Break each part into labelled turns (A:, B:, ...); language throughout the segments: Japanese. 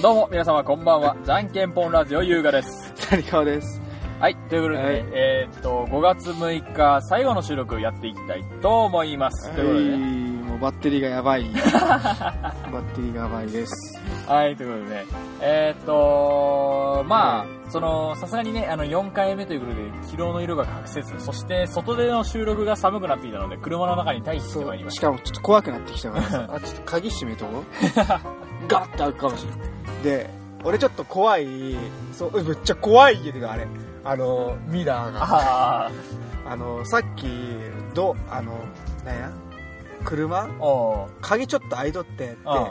A: どうも皆様こんばんはじゃんけんぽんラジオ優雅です
B: 谷川です。
A: はいということで、
B: はい
A: えーっと5月6日最後の収録やっていきたいと思います、ということでね
B: もうバッテリーがや ばい。バッテリーがやばいです。
A: はいということでねえーっとまあ、そのさすがにねあの4回目ということで疲労の色が隠せずそして外での収録が寒くなってきたので車の中に待機してまいりまし
B: したかもちょっと怖くなってきたからさ。あ、ちょっと鍵閉めとこう。ガッて開くかもしれない。で、俺ちょっと怖い、そう、めっちゃ怖いけど、あれ。あの、ミラーが。
A: あ
B: あの、さっき、ど、あの、なんや車
A: あおう
B: 鍵ちょっと開いとってって、
A: うん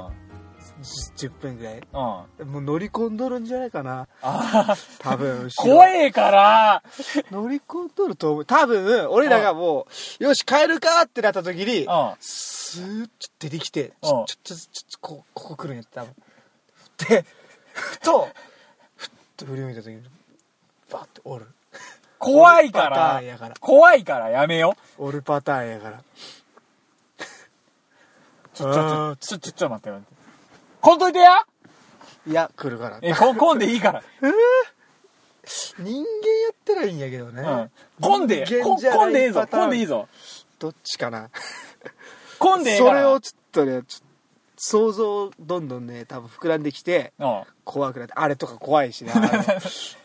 B: 10分ぐらい。
A: うん
B: もう乗り込んどるんじゃないかな。
A: あー
B: 多分、後ろ
A: 怖えから
B: 乗り込んどると思う多分俺らがもうよし帰るかってなった時に
A: うん
B: スーッと出てきてち
A: うん
B: ょちょちょちょちょこここ来るんやった多分でふとふっと振り向いた時にバッておる
A: 怖いか
B: 俺パタ
A: ら
B: ーンやから
A: 怖いからやめよ
B: おるパターンやから
A: ちょ、ちょ、ちょ、ちょ、ちょ、待って、待って。こんといてや
B: いや来るから
A: え、こ、こんでいいから。
B: 人間やったらいいんやけどね、
A: うん。こんで、こ、
B: 人間じゃない
A: こんでいいぞ
B: パ、ターン
A: こんでいいぞ。
B: どっちかな
A: こん
B: そ
A: でいいから。
B: れをちょっとねちょ想像どんどんね多分膨らんできて
A: う
B: 怖くなってあれとか怖いしなあ の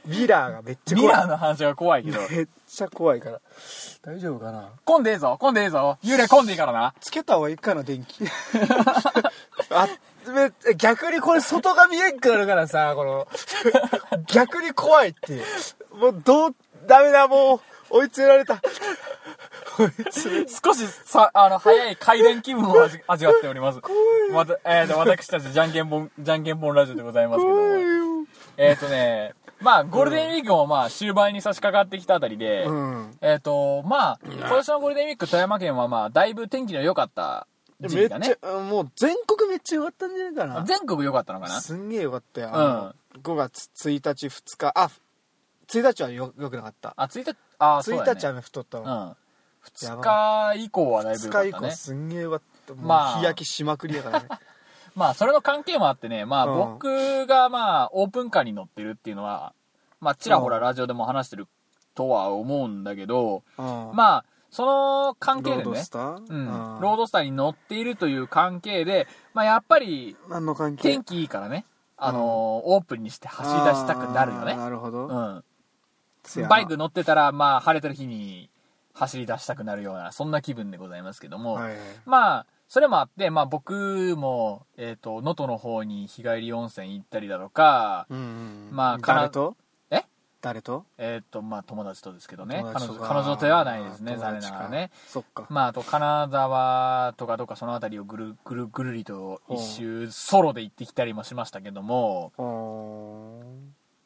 B: ミラーがめっち
A: ん。
B: ゃ
A: ミ
B: 怖
A: ラー
B: い
A: の話が怖いけど。
B: めっちゃ怖いから大丈夫かな
A: こんでいいぞ、こんでいいぞ。幽霊こんでいいからな。
B: つけた方がいいかな電 気あめ逆にこれ外が見えんくなるからさこの逆に怖いっていうもうどうダメだもう追い詰められた追い詰め
A: 少し、さ、あの、早い回電気分を味味わっております。また、えーと、私たち、じゃんけんぽん、じゃんけんぽんラジオでございますけども。
B: 怖いよ
A: えーとね、まあ、ゴールデンウィークもまあ、終盤に差し掛かってきたあたりで、
B: うん
A: えっ、と、まあ、今年のゴールデンウィーク、富山県はまあ、だいぶ天気の良かった時
B: め
A: 期
B: っ
A: だ
B: ち
A: ね。
B: ゃもう全国めっちゃ良かったんじゃないかな
A: 全国良かったのかな
B: すんげえよかったよあの、5月1日2日あ1日はよよくなかった
A: あ、1日、あ、そうだ、ね。
B: 1日雨降っとった
A: う
B: の、
A: ん。2日以降はだいぶ
B: 2
A: 良か
B: 日
A: っ
B: 以
A: た
B: 降
A: ね。
B: すんげえよかったもう
A: まあ
B: 日焼けしまくりやか らね
A: まあ、それの関係もあってね、まあ、
B: うん
A: 僕がまあ、オープンカーに乗ってるっていうのは、まあ、ちらほらラジオでも話してるとは思うんだけど、
B: まあ
A: まあ、その関係
B: ロ
A: で
B: ード
A: ね
B: ス、ター、
A: うん、
B: あ
A: ロードスターに乗っているという関係で、まあ、やっぱり、
B: 何の関係
A: 天気いいからね、あのーオープンにして走り出したくなるよ
B: あー
A: ね。
B: なるほど、
A: う
B: せや
A: ん。
B: な
A: バイク乗ってたら、まあ、晴れてる日に走り出したくなるような、そんな気分でございますけども、
B: はいはい
A: まあ、それもあって、まあ僕も、えっ、と、能登の方に日帰り温泉行ったりだとか、
B: うんうんうん
A: まあかな
B: 誰と
A: え
B: 誰と
A: えっ、と、まあ友達とですけどね、
B: 友
A: 彼
B: 達と
A: 女、
B: か
A: 彼女とはないですね、
B: あー
A: 残念ながらね
B: 友。達かそっか、
A: まああと金沢とかどっかその辺りをぐるぐるぐるりと一周ソロで行ってきたりもしましたけども、
B: お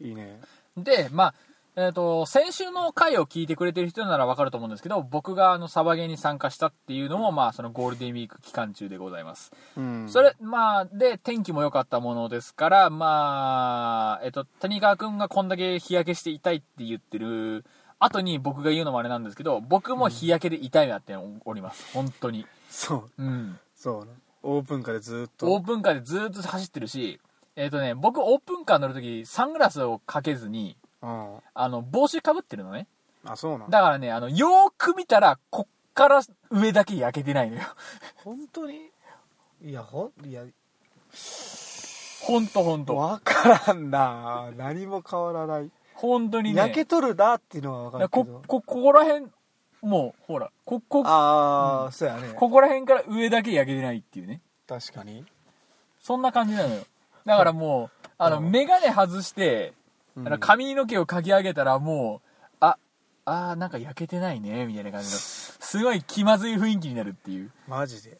B: ーいいね
A: で、まあ、えっ、と、先週の回を聞いてくれてる人ならわかると思うんですけど、僕があの、サバゲーに参加したっていうのも、まあ、そのゴールデンウィーク期間中でございます。
B: うん
A: それ、まあ、で、天気も良かったものですから、まあ、えっ、と、谷川くんがこんだけ日焼けして痛いって言ってる後に僕が言うのもあれなんですけど、僕も日焼けで痛いなっております。本当に。
B: そ
A: う
B: う
A: ん。
B: そうねオープンからずーっと
A: オープンカーでずーっと走ってるし、えっ、とね、僕オープンカー乗るとき、サングラスをかけずに、
B: うん
A: あの、帽子かぶってるのね。
B: あそうなん
A: だからね、あの、よーく見たら、こっから上だけ焼けてないのよ。
B: 本当にいやほんいや
A: ほんとほんと。
B: わからんな何も変わらない、
A: ほんとにね。
B: 焼けとるなっていうのは分かるけ
A: こ
B: ど、
A: こ、ここら辺、もう、ほら、こ、こ、
B: ああ、そうやね
A: ここら辺から上だけ焼けてないっていうね。
B: 確かに、
A: そんな感じなのよ。だからもう、あの、
B: うん
A: メガネ外して、あ
B: う
A: の
B: ん
A: 髪の毛をかき上げたらもう、あ、あーなんか焼けてないね、みたいな感じの、すごい気まずい雰囲気になるっていう。
B: マジで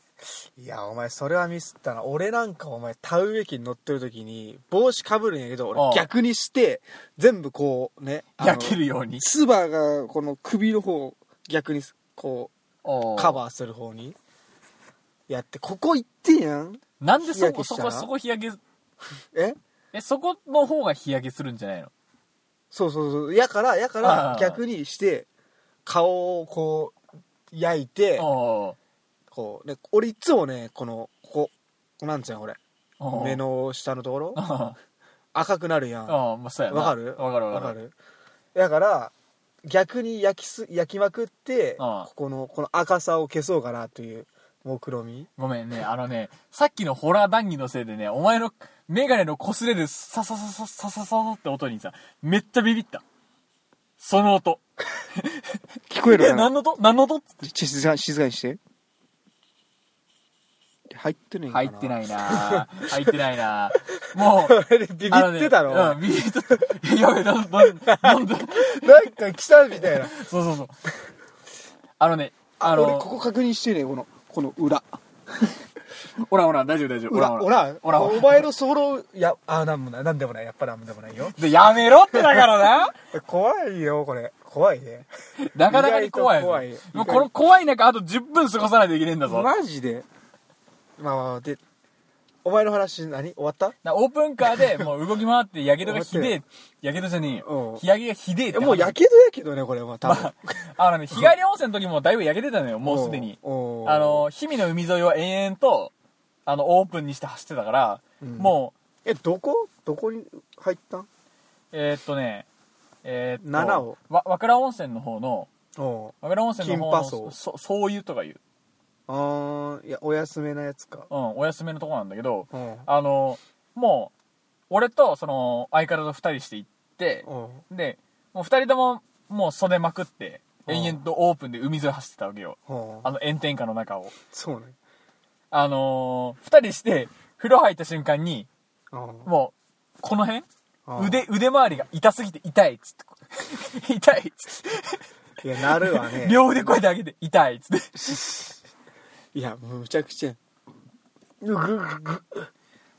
B: いやお前それはミスったな俺なんかお前田植え機に乗ってる時に帽子かぶるんやけど
A: ああ
B: 俺逆にして全部こうねあの
A: 焼けるように。
B: ツバがこの首の方逆にこうカ
A: カ
B: バーする方にやってここ行ってんやん
A: なんでそ
B: 日焼
A: こ、
B: けし
A: そ
B: た
A: こ、
B: ら
A: そこ日焼け、
B: え
A: え、そこの方が日焼けするんじゃないの
B: そうそうそうやからやか
A: あ
B: ら
A: ー
B: 逆にして顔をこう焼いて
A: お
B: こうね俺いつもねこのここなんつうのこれ
A: うおう
B: 目の下のところ
A: あ
B: 赤くなるやんわ
A: ああまあそうやな
B: かる
A: わかるわ
B: わ
A: か
B: か
A: る
B: るだから逆に焼きす焼きまくって
A: ああ
B: ここのこの赤さを消そうかなという目論み
A: ごめんねあのねさっきのホラー談義のせいでねお前のメガネの擦れるサササササササって音にさめっちゃビビったその音
B: 聞こえる
A: え
B: かな
A: 何の音何の音っつって
B: 静か静かにして入ってないか
A: 入
B: な
A: ってないな入ってないなもう
B: あれ ビビってたろ、
A: あのねうん、ビビってた。やべえ、なんだ、なんだ、
B: なんか来たみたいな
A: そうそうそう。あのね、あ
B: あ
A: の、
B: 俺ここ確認してねこのこの裏
A: ほらほら、大丈夫大丈夫。
B: 裏
A: ほら
B: 裏
A: ほらほら
B: お前のソロいやあなんもないなんでもないやっぱなんでもないよ
A: でやめろってだからな。
B: 怖いよこれ怖いね
A: なかなかに怖いぞ。
B: 意外と怖い
A: もうこの怖い中、あと10分過ごさないといけねえんだぞ。
B: マジでまあまあまあでお前の話何終わった
A: なオープンカーでもう動き回って、やけどがひでえ、やけどじゃねえ
B: うん
A: よ。日焼けがひでえっ
B: え
A: て。
B: もうやけどやけどねこれは多分、
A: あのね、日帰り温泉の時もだいぶ焼けてたのよ、もうすでに。
B: おう
A: あの、氷見の海沿いは延々と、あの、オープンにして走ってたから、
B: うん
A: もう、
B: えどこどこに入ったん
A: えーっとね、えーっと、
B: 七尾
A: わ、和倉温泉の方の、
B: おう
A: 和倉温泉の方
B: 金
A: の、
B: 波
A: そ、そういうとかいう、
B: あーいやお休めなやつか
A: うん、お休みのとこなんだけど、
B: うんうん
A: あの、もう、俺と、その、相方と二人して行って、で、もう二人とも、もう袖まくって、
B: うん
A: 延々とオープンで海沿い走ってたわけよ。
B: うん
A: あの炎天下の中を。
B: そうね
A: あのー二人して、風呂入った瞬間に、
B: うん
A: もう、この辺
B: うん
A: 腕、腕周りが痛すぎて痛いっつって。 痛いっつって。
B: いやなるわ ね
A: 両腕こうやって上げて、痛いっつって。
B: いやむちゃくちゃぐぐぐ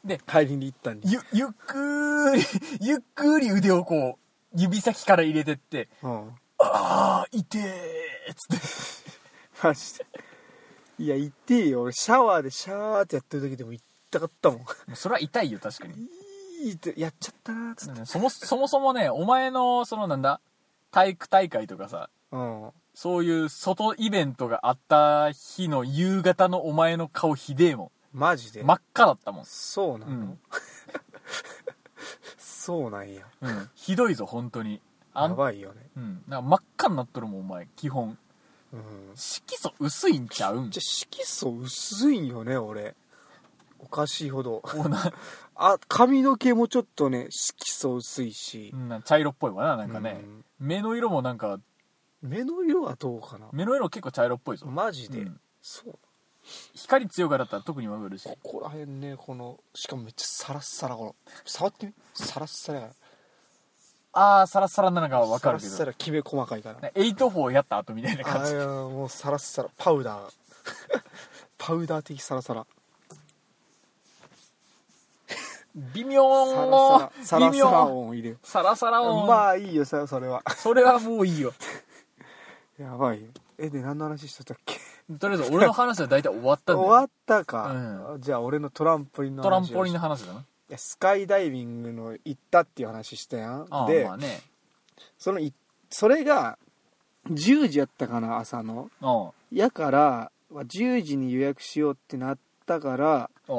A: で
B: 帰りに行ったんに
A: ゆ、ゆっくーり、ゆっくり腕をこう、指先から入れてって、
B: うん
A: あー、痛えーっつっ
B: マジでいや痛えよ俺シャワーでシャーってやってる時でも痛かったもん
A: て。それは痛いよ、確かに。
B: いいってやっちゃったなーっつって
A: そも、そもそもね、お前の、そのなんだ、体育大会とかさ、
B: うん
A: そういう外イベントがあった日の夕方のお前の顔ひでえも
B: マジで、
A: ん。真っ赤だったもん。
B: そうなの、
A: うん
B: そうなんや
A: うん。ひどいぞ、本当に。あ
B: や
A: ん
B: ばいよね
A: うん。なんか真っ赤になっとるもん、お前、基本。
B: うん
A: 色素薄いんちゃうん
B: じゃあ色素薄いんよね俺おかしいほど
A: おな、
B: あ髪の毛もちょっとね色素薄いし
A: う、んな茶色っぽいわな、なんかね。
B: うん
A: 目の色もなんか、
B: 目の色はどうかな
A: 目の色結構茶色っぽいぞ。
B: マジで、
A: うん
B: そう
A: 光強いからだったら特にわかるし。
B: ここら辺ねこのしかもめっちゃサラッサラこの触ってみサラッサラやか
A: あー、サラッサラなのが
B: ら
A: わかるけ
B: サラッサ
A: ど。
B: ラきめ細かいから
A: ね8-4やった後みたいな
B: あ
A: 感
B: あ
A: じ
B: い。やもうサラッサラパウダー パウダー的サラサラ
A: 微
B: サ
A: 妙
B: ラサラサラ
A: 微
B: サラ
A: 妙
B: 音入れよ
A: サラサラ音。
B: まあいいよさそれは
A: それはもういいよ。
B: やばいよえで何の話してたっけ
A: とりあえず俺の話は大体終わったんだ
B: 終
A: よ。
B: わったか、じゃあ俺のトランポリンの
A: ト
B: 話
A: ランポリンの
B: の
A: 話だな。
B: スカイダイビングの行ったっていう話したやん
A: ああ、
B: で、
A: まあね。
B: そのいそれが10時やったかな朝の
A: うん。
B: やからまあ10時に予約しようってなったから
A: うん。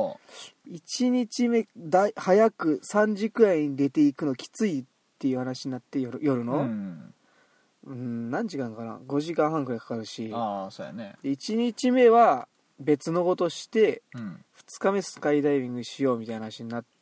B: 1日目だい早く3時くらいに出ていくのきついっていう話になって夜夜
A: う
B: の、
A: ん。
B: うん、何時間かな5時間半くらいかかるし
A: ああ、そうやね。
B: で1日目は別のことして
A: うん。
B: 2日目スカイダイビングしようみたいな話になって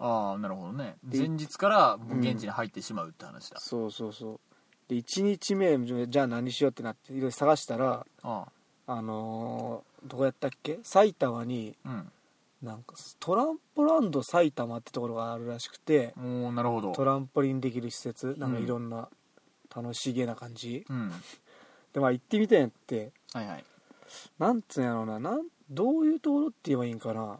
A: ああ、なるほどね。
B: で
A: 前日からもう
B: うん
A: 現地に入ってしまうって話だ。
B: そうそうそうで1日目じゃあ何しようってなっていろいろ探したら
A: あ
B: あのーどこやったっけ埼玉に
A: あ、うん。
B: なんかトランポランド埼玉ってところがあるらしくて
A: おー、なるほど
B: ト。ランポリンできる施設なんかいろんな楽しげな感じ、
A: うん。
B: でまあ行ってみたいなって
A: はいはい。
B: なんつうんやろうななんどういうところって言えばいいんかな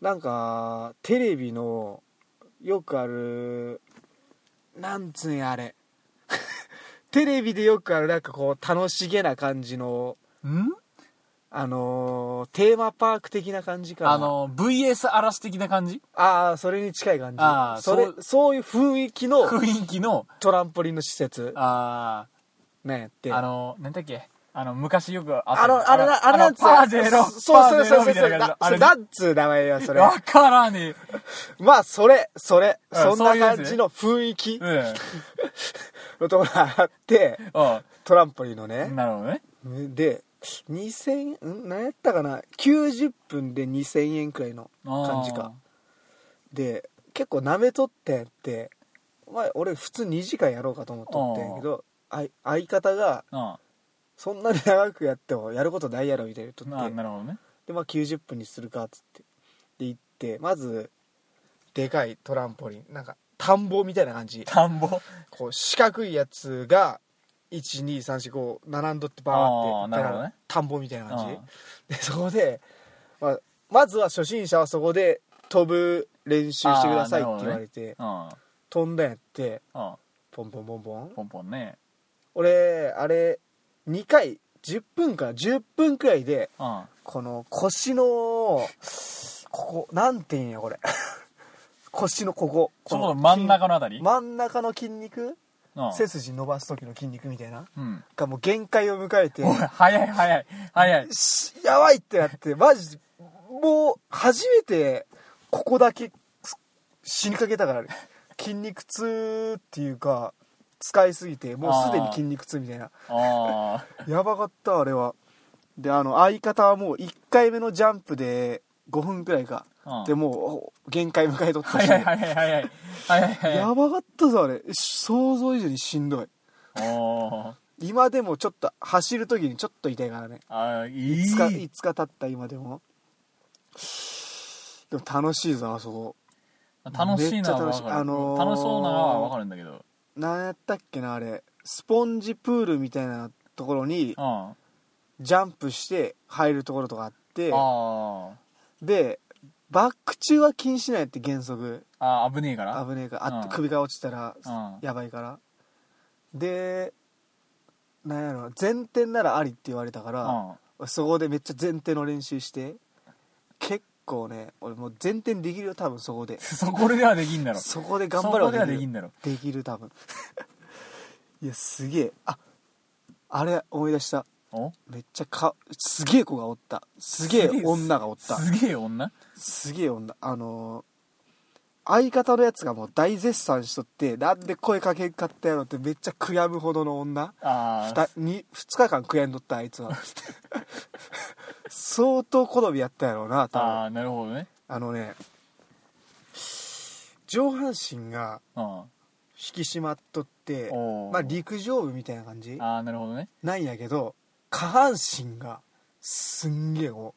B: なんかテレビのよくあるなんつうんやあれ テレビでよくあるなんかこう楽しげな感じの
A: ん
B: あのーテーマパーク的な感じかな
A: あの、VS 嵐的な感じ
B: ああそれに近い感じ
A: あー
B: それ
A: そ
B: そうういう雰囲気の
A: 雰囲気の、
B: トランポリンの施 設
A: あ
B: なんやって
A: あ、あの、なんだっけ。あの、昔よくあった。
B: あの、あれな、あれなんつう
A: パーゼロ。
B: そうそうそう
A: パ
B: そう
A: ーゼ
B: そ
A: ロ
B: う。
A: みたいな
B: な
A: 感じのあ
B: なんつう名前よ、そ
A: れ。
B: れ。
A: わからね
B: まあ、それ、それ、
A: うん
B: そん
A: そう
B: な
A: いうやつ
B: 感じの雰囲気
A: え。うん。
B: のところがあって、
A: う
B: トランポリンのね
A: ん。。なるほどね。
B: で、2000、ん何やったかな ?90 分で2000円くらいの
A: あー
B: 感じか。。で、結構舐めとってんって、まあ、俺普通2時間やろうかと思っとってんやけど、あい相方が、
A: う
B: そんなに長くやってもやることないやろみたいな言
A: ん。
B: っと
A: あ
B: って
A: なるほどね。
B: で、まあ、90分にするかっつってで行ってまずでかいトランポリンなんか田んぼみたいな感じ
A: 田んぼ。
B: こう四角いやつが12345並んどってバー
A: あー
B: って
A: なるほどね
B: 田んぼみたいな感じ
A: うん
B: でそこで、まあ、まずは初心者はそこで飛ぶ練習してくださいって言われて、
A: うん。うん。
B: 飛んだんやってポンポンポンポン
A: ポンポンね。
B: 俺あれ2回10分か10分くらいで
A: うん。
B: この腰のここなんていうんやこれ 腰のここ
A: ち
B: こ
A: ょうど
B: の
A: 真ん中のあたり
B: 筋真ん中の筋肉
A: うん。
B: 背筋伸ばす時の筋肉みたいな
A: うん。
B: がもう限界を迎えて
A: おい、早い早い。早い。
B: しやばいってなってマジもう初めてここだけす死にかけたからね筋肉痛っていうか使いすぎてもうすでに筋肉痛みたいな
A: あ
B: やばかったあれはであの相方はもう1回目のジャンプで5分くらいか、
A: あ。うん
B: でもうお限界迎えとったし、
A: 早い早い早い。早い早い。
B: やばかったぞあれ想像以上にしんどい
A: おー
B: 今でもちょっと走る時にちょっと痛いからね
A: あーい
B: 5日
A: い。
B: 5日経った今でもでも楽しいぞあそこ
A: 楽しいのは
B: めっ
A: わ
B: ちゃ楽しい
A: かる。
B: あのー
A: 楽しそうなのはわかるんだけど。
B: 何やったっけなあれスポンジプールみたいなところに
A: うん。あ
B: ジャンプして入るところとかあって
A: あ。
B: でバック中は禁止なんやって原則
A: あー危ねえから。
B: 危ねえからあ、
A: うん
B: 首が落ちたら
A: うん
B: やばいからでなんやろ前転ならありって言われたから、そこでめっちゃ前転の練習して結構ね俺もう前転できるよ多分そこで
A: うん。 そこではできんだろ。
B: そこで頑張れば
A: そこではできんだろ
B: できる多分 いやすげえああれ思い出した
A: お
B: めっちゃかすげえ子がおったすげえ女がおった
A: すげえ女
B: すげえ女あのー相方のやつがもう大絶賛しとってなんで声かけんかったやろってめっちゃ悔やむほどの女
A: ああ。
B: 2, 二日間悔やんどったあいつは相当好みやったやろうな多分
A: あ
B: あ
A: あ、なるほどね。
B: のね上半身が
A: うん。
B: 引き締まっとって
A: おー
B: まあ陸上部みたいな感じ
A: ああ、なるほどね。
B: なんやけど下半身がすんげえこ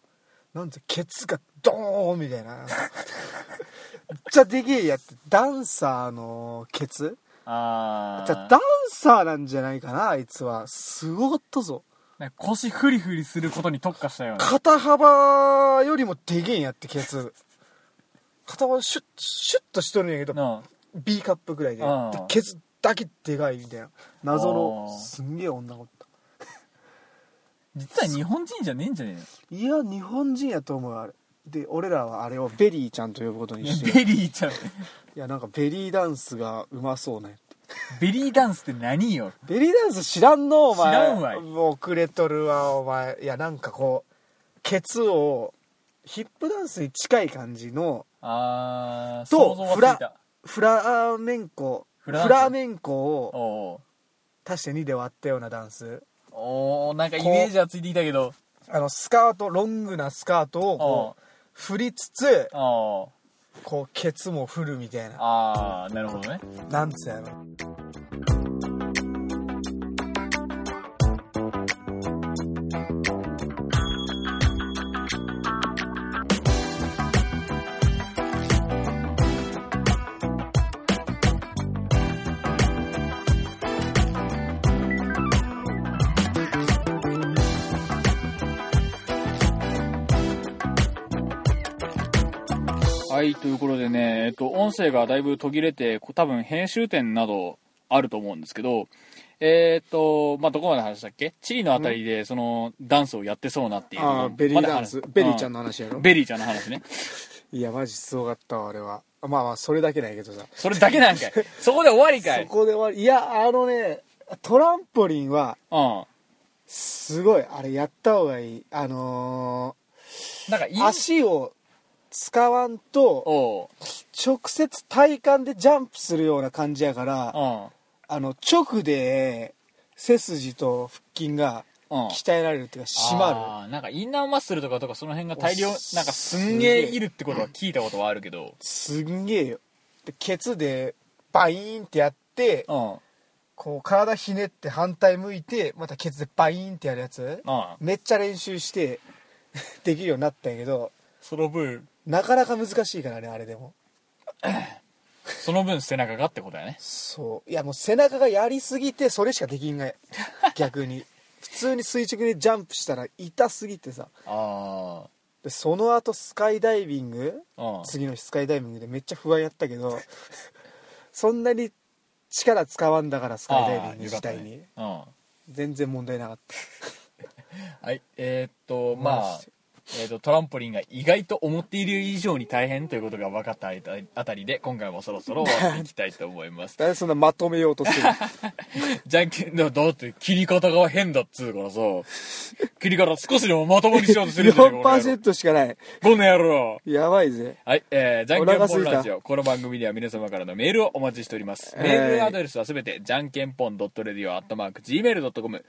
B: うなんてケツがドーンみたいなめっちゃでけえやってダンサーのケツ
A: ああ。
B: じゃあダンサーなんじゃないかなあいつはすごかったぞ
A: なんか腰フリフリすることに特化したような。
B: 肩幅よりもでけえんやってケツ肩幅シュッシュッとしとるんやけど
A: うん。
B: B カップぐらいで
A: うん
B: でケツだけでかいみたいな謎の
A: あー
B: すんげえ女がおった
A: 実は日本人じゃねえんじゃね
B: いや日本人やと思うあれで俺らはあれをベリーちゃんと呼ぶこと
A: えのい
B: に
A: や
B: して
A: ベリーちゃん。
B: いやなんかベリーダンスがうまそうね
A: ベリーダンスって何よ
B: ベリーダンス知らんのお前
A: 知らんわい
B: もう遅れとるわお前いやなんかこうケツをヒップダンスに近い感じの
A: ああ、
B: と
A: 想像はついた。
B: フラメンコ
A: フラダンス
B: メンコを
A: おう
B: 足して2で割ったようなダンス
A: おうなんかイメージはついていたけど。
B: あのスカートロングなスカートをこう振りつつ
A: おお
B: こうケツも振るみたいな
A: ああ、なるほどね。
B: なんつうやろ
A: はい、ということでね、えっと、音声がだいぶ途切れて、こ多分編集点などあると思うんですけど、えーっと、まあ、どこまで話したっけチリのあたりで、その、ダンスをやってそうなっていうところ
B: あーベリーダンスベリーちゃん
A: の。
B: の話や
A: う
B: ろ
A: ベリーちゃんの話ね。
B: いやマジすごかったわあれはまあまあそれだけないけどさ
A: それだけなんかい。そこで終わりかい。
B: そこで終わりいやあのねトランポリンは
A: うん。
B: すごいあれやった方がいいあの
A: なんかいい
B: ー、足を使わんと
A: おう
B: 直接体幹でジャンプするような感じやから
A: うん
B: あの直で背筋と腹筋が
A: うん
B: 鍛えられるっていうか締まる
A: あーなんかインナーマッスルとかとかその辺が大量
B: お
A: なんか
B: す
A: すんげえいるってことは聞いたことはあるけど
B: すんげえよでケツでバイーンってやって
A: うんうん
B: こう体ひねって反対向いてまたケツでバイーンってやるやつめっちゃ練習して できるようになったんやけど
A: その分
B: なかなか難しいからねあれでも
A: その分背中がってことやね
B: そういやもう背中がやりすぎてそれしかでき んがや逆に普通に垂直でジャンプしたら痛すぎてさ
A: あ
B: でその後スカイダイビング
A: あうん
B: 次の日スカイダイビングでめっちゃ不安やったけど そんなに力使わんだからスカイダイビング自体
A: あ
B: に、
A: ーよかったね
B: 全然問題なかった
A: うんはいえーっとまあ
B: マジで
A: えーっとトランポリンが意外と思っている以上に大変ということが分かったあたりで今回もそろそろ終わっていきたいと思います
B: なんでそんなまとめようとする
A: じゃんけんだだって切り方が変だっつうからさ切り方少しでもまともにしようとするんだよこの野郎
B: 4%しかない
A: この野郎
B: やばいぜ
A: はい、えー、じゃんけんぽんラジオ。この番組では皆様からのメールをお待ちしております。
B: えー
A: メールアドレスはすべて、じゃんけんぽん .radio.gmail.com。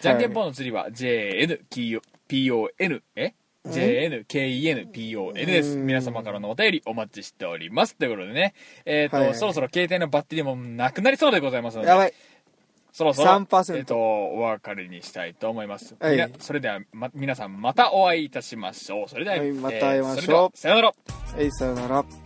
A: じゃんけんぽんの釣りは、jnpon、え ?jnkenpon です。皆様からのお便りお待ちしております。ということでね、えっ、と、
B: はい
A: そろそろ携帯のバッテリーもなくなりそうでございますので、
B: やばい
A: そろそろ、
B: 3%
A: えっと、お別れにしたいと思います。
B: はい
A: みなそれでは、ま、皆さんまたお会いいたしましょう。それでは、
B: はいまた
A: えー
B: 会いましょう
A: それではさよなら
B: えいさよなら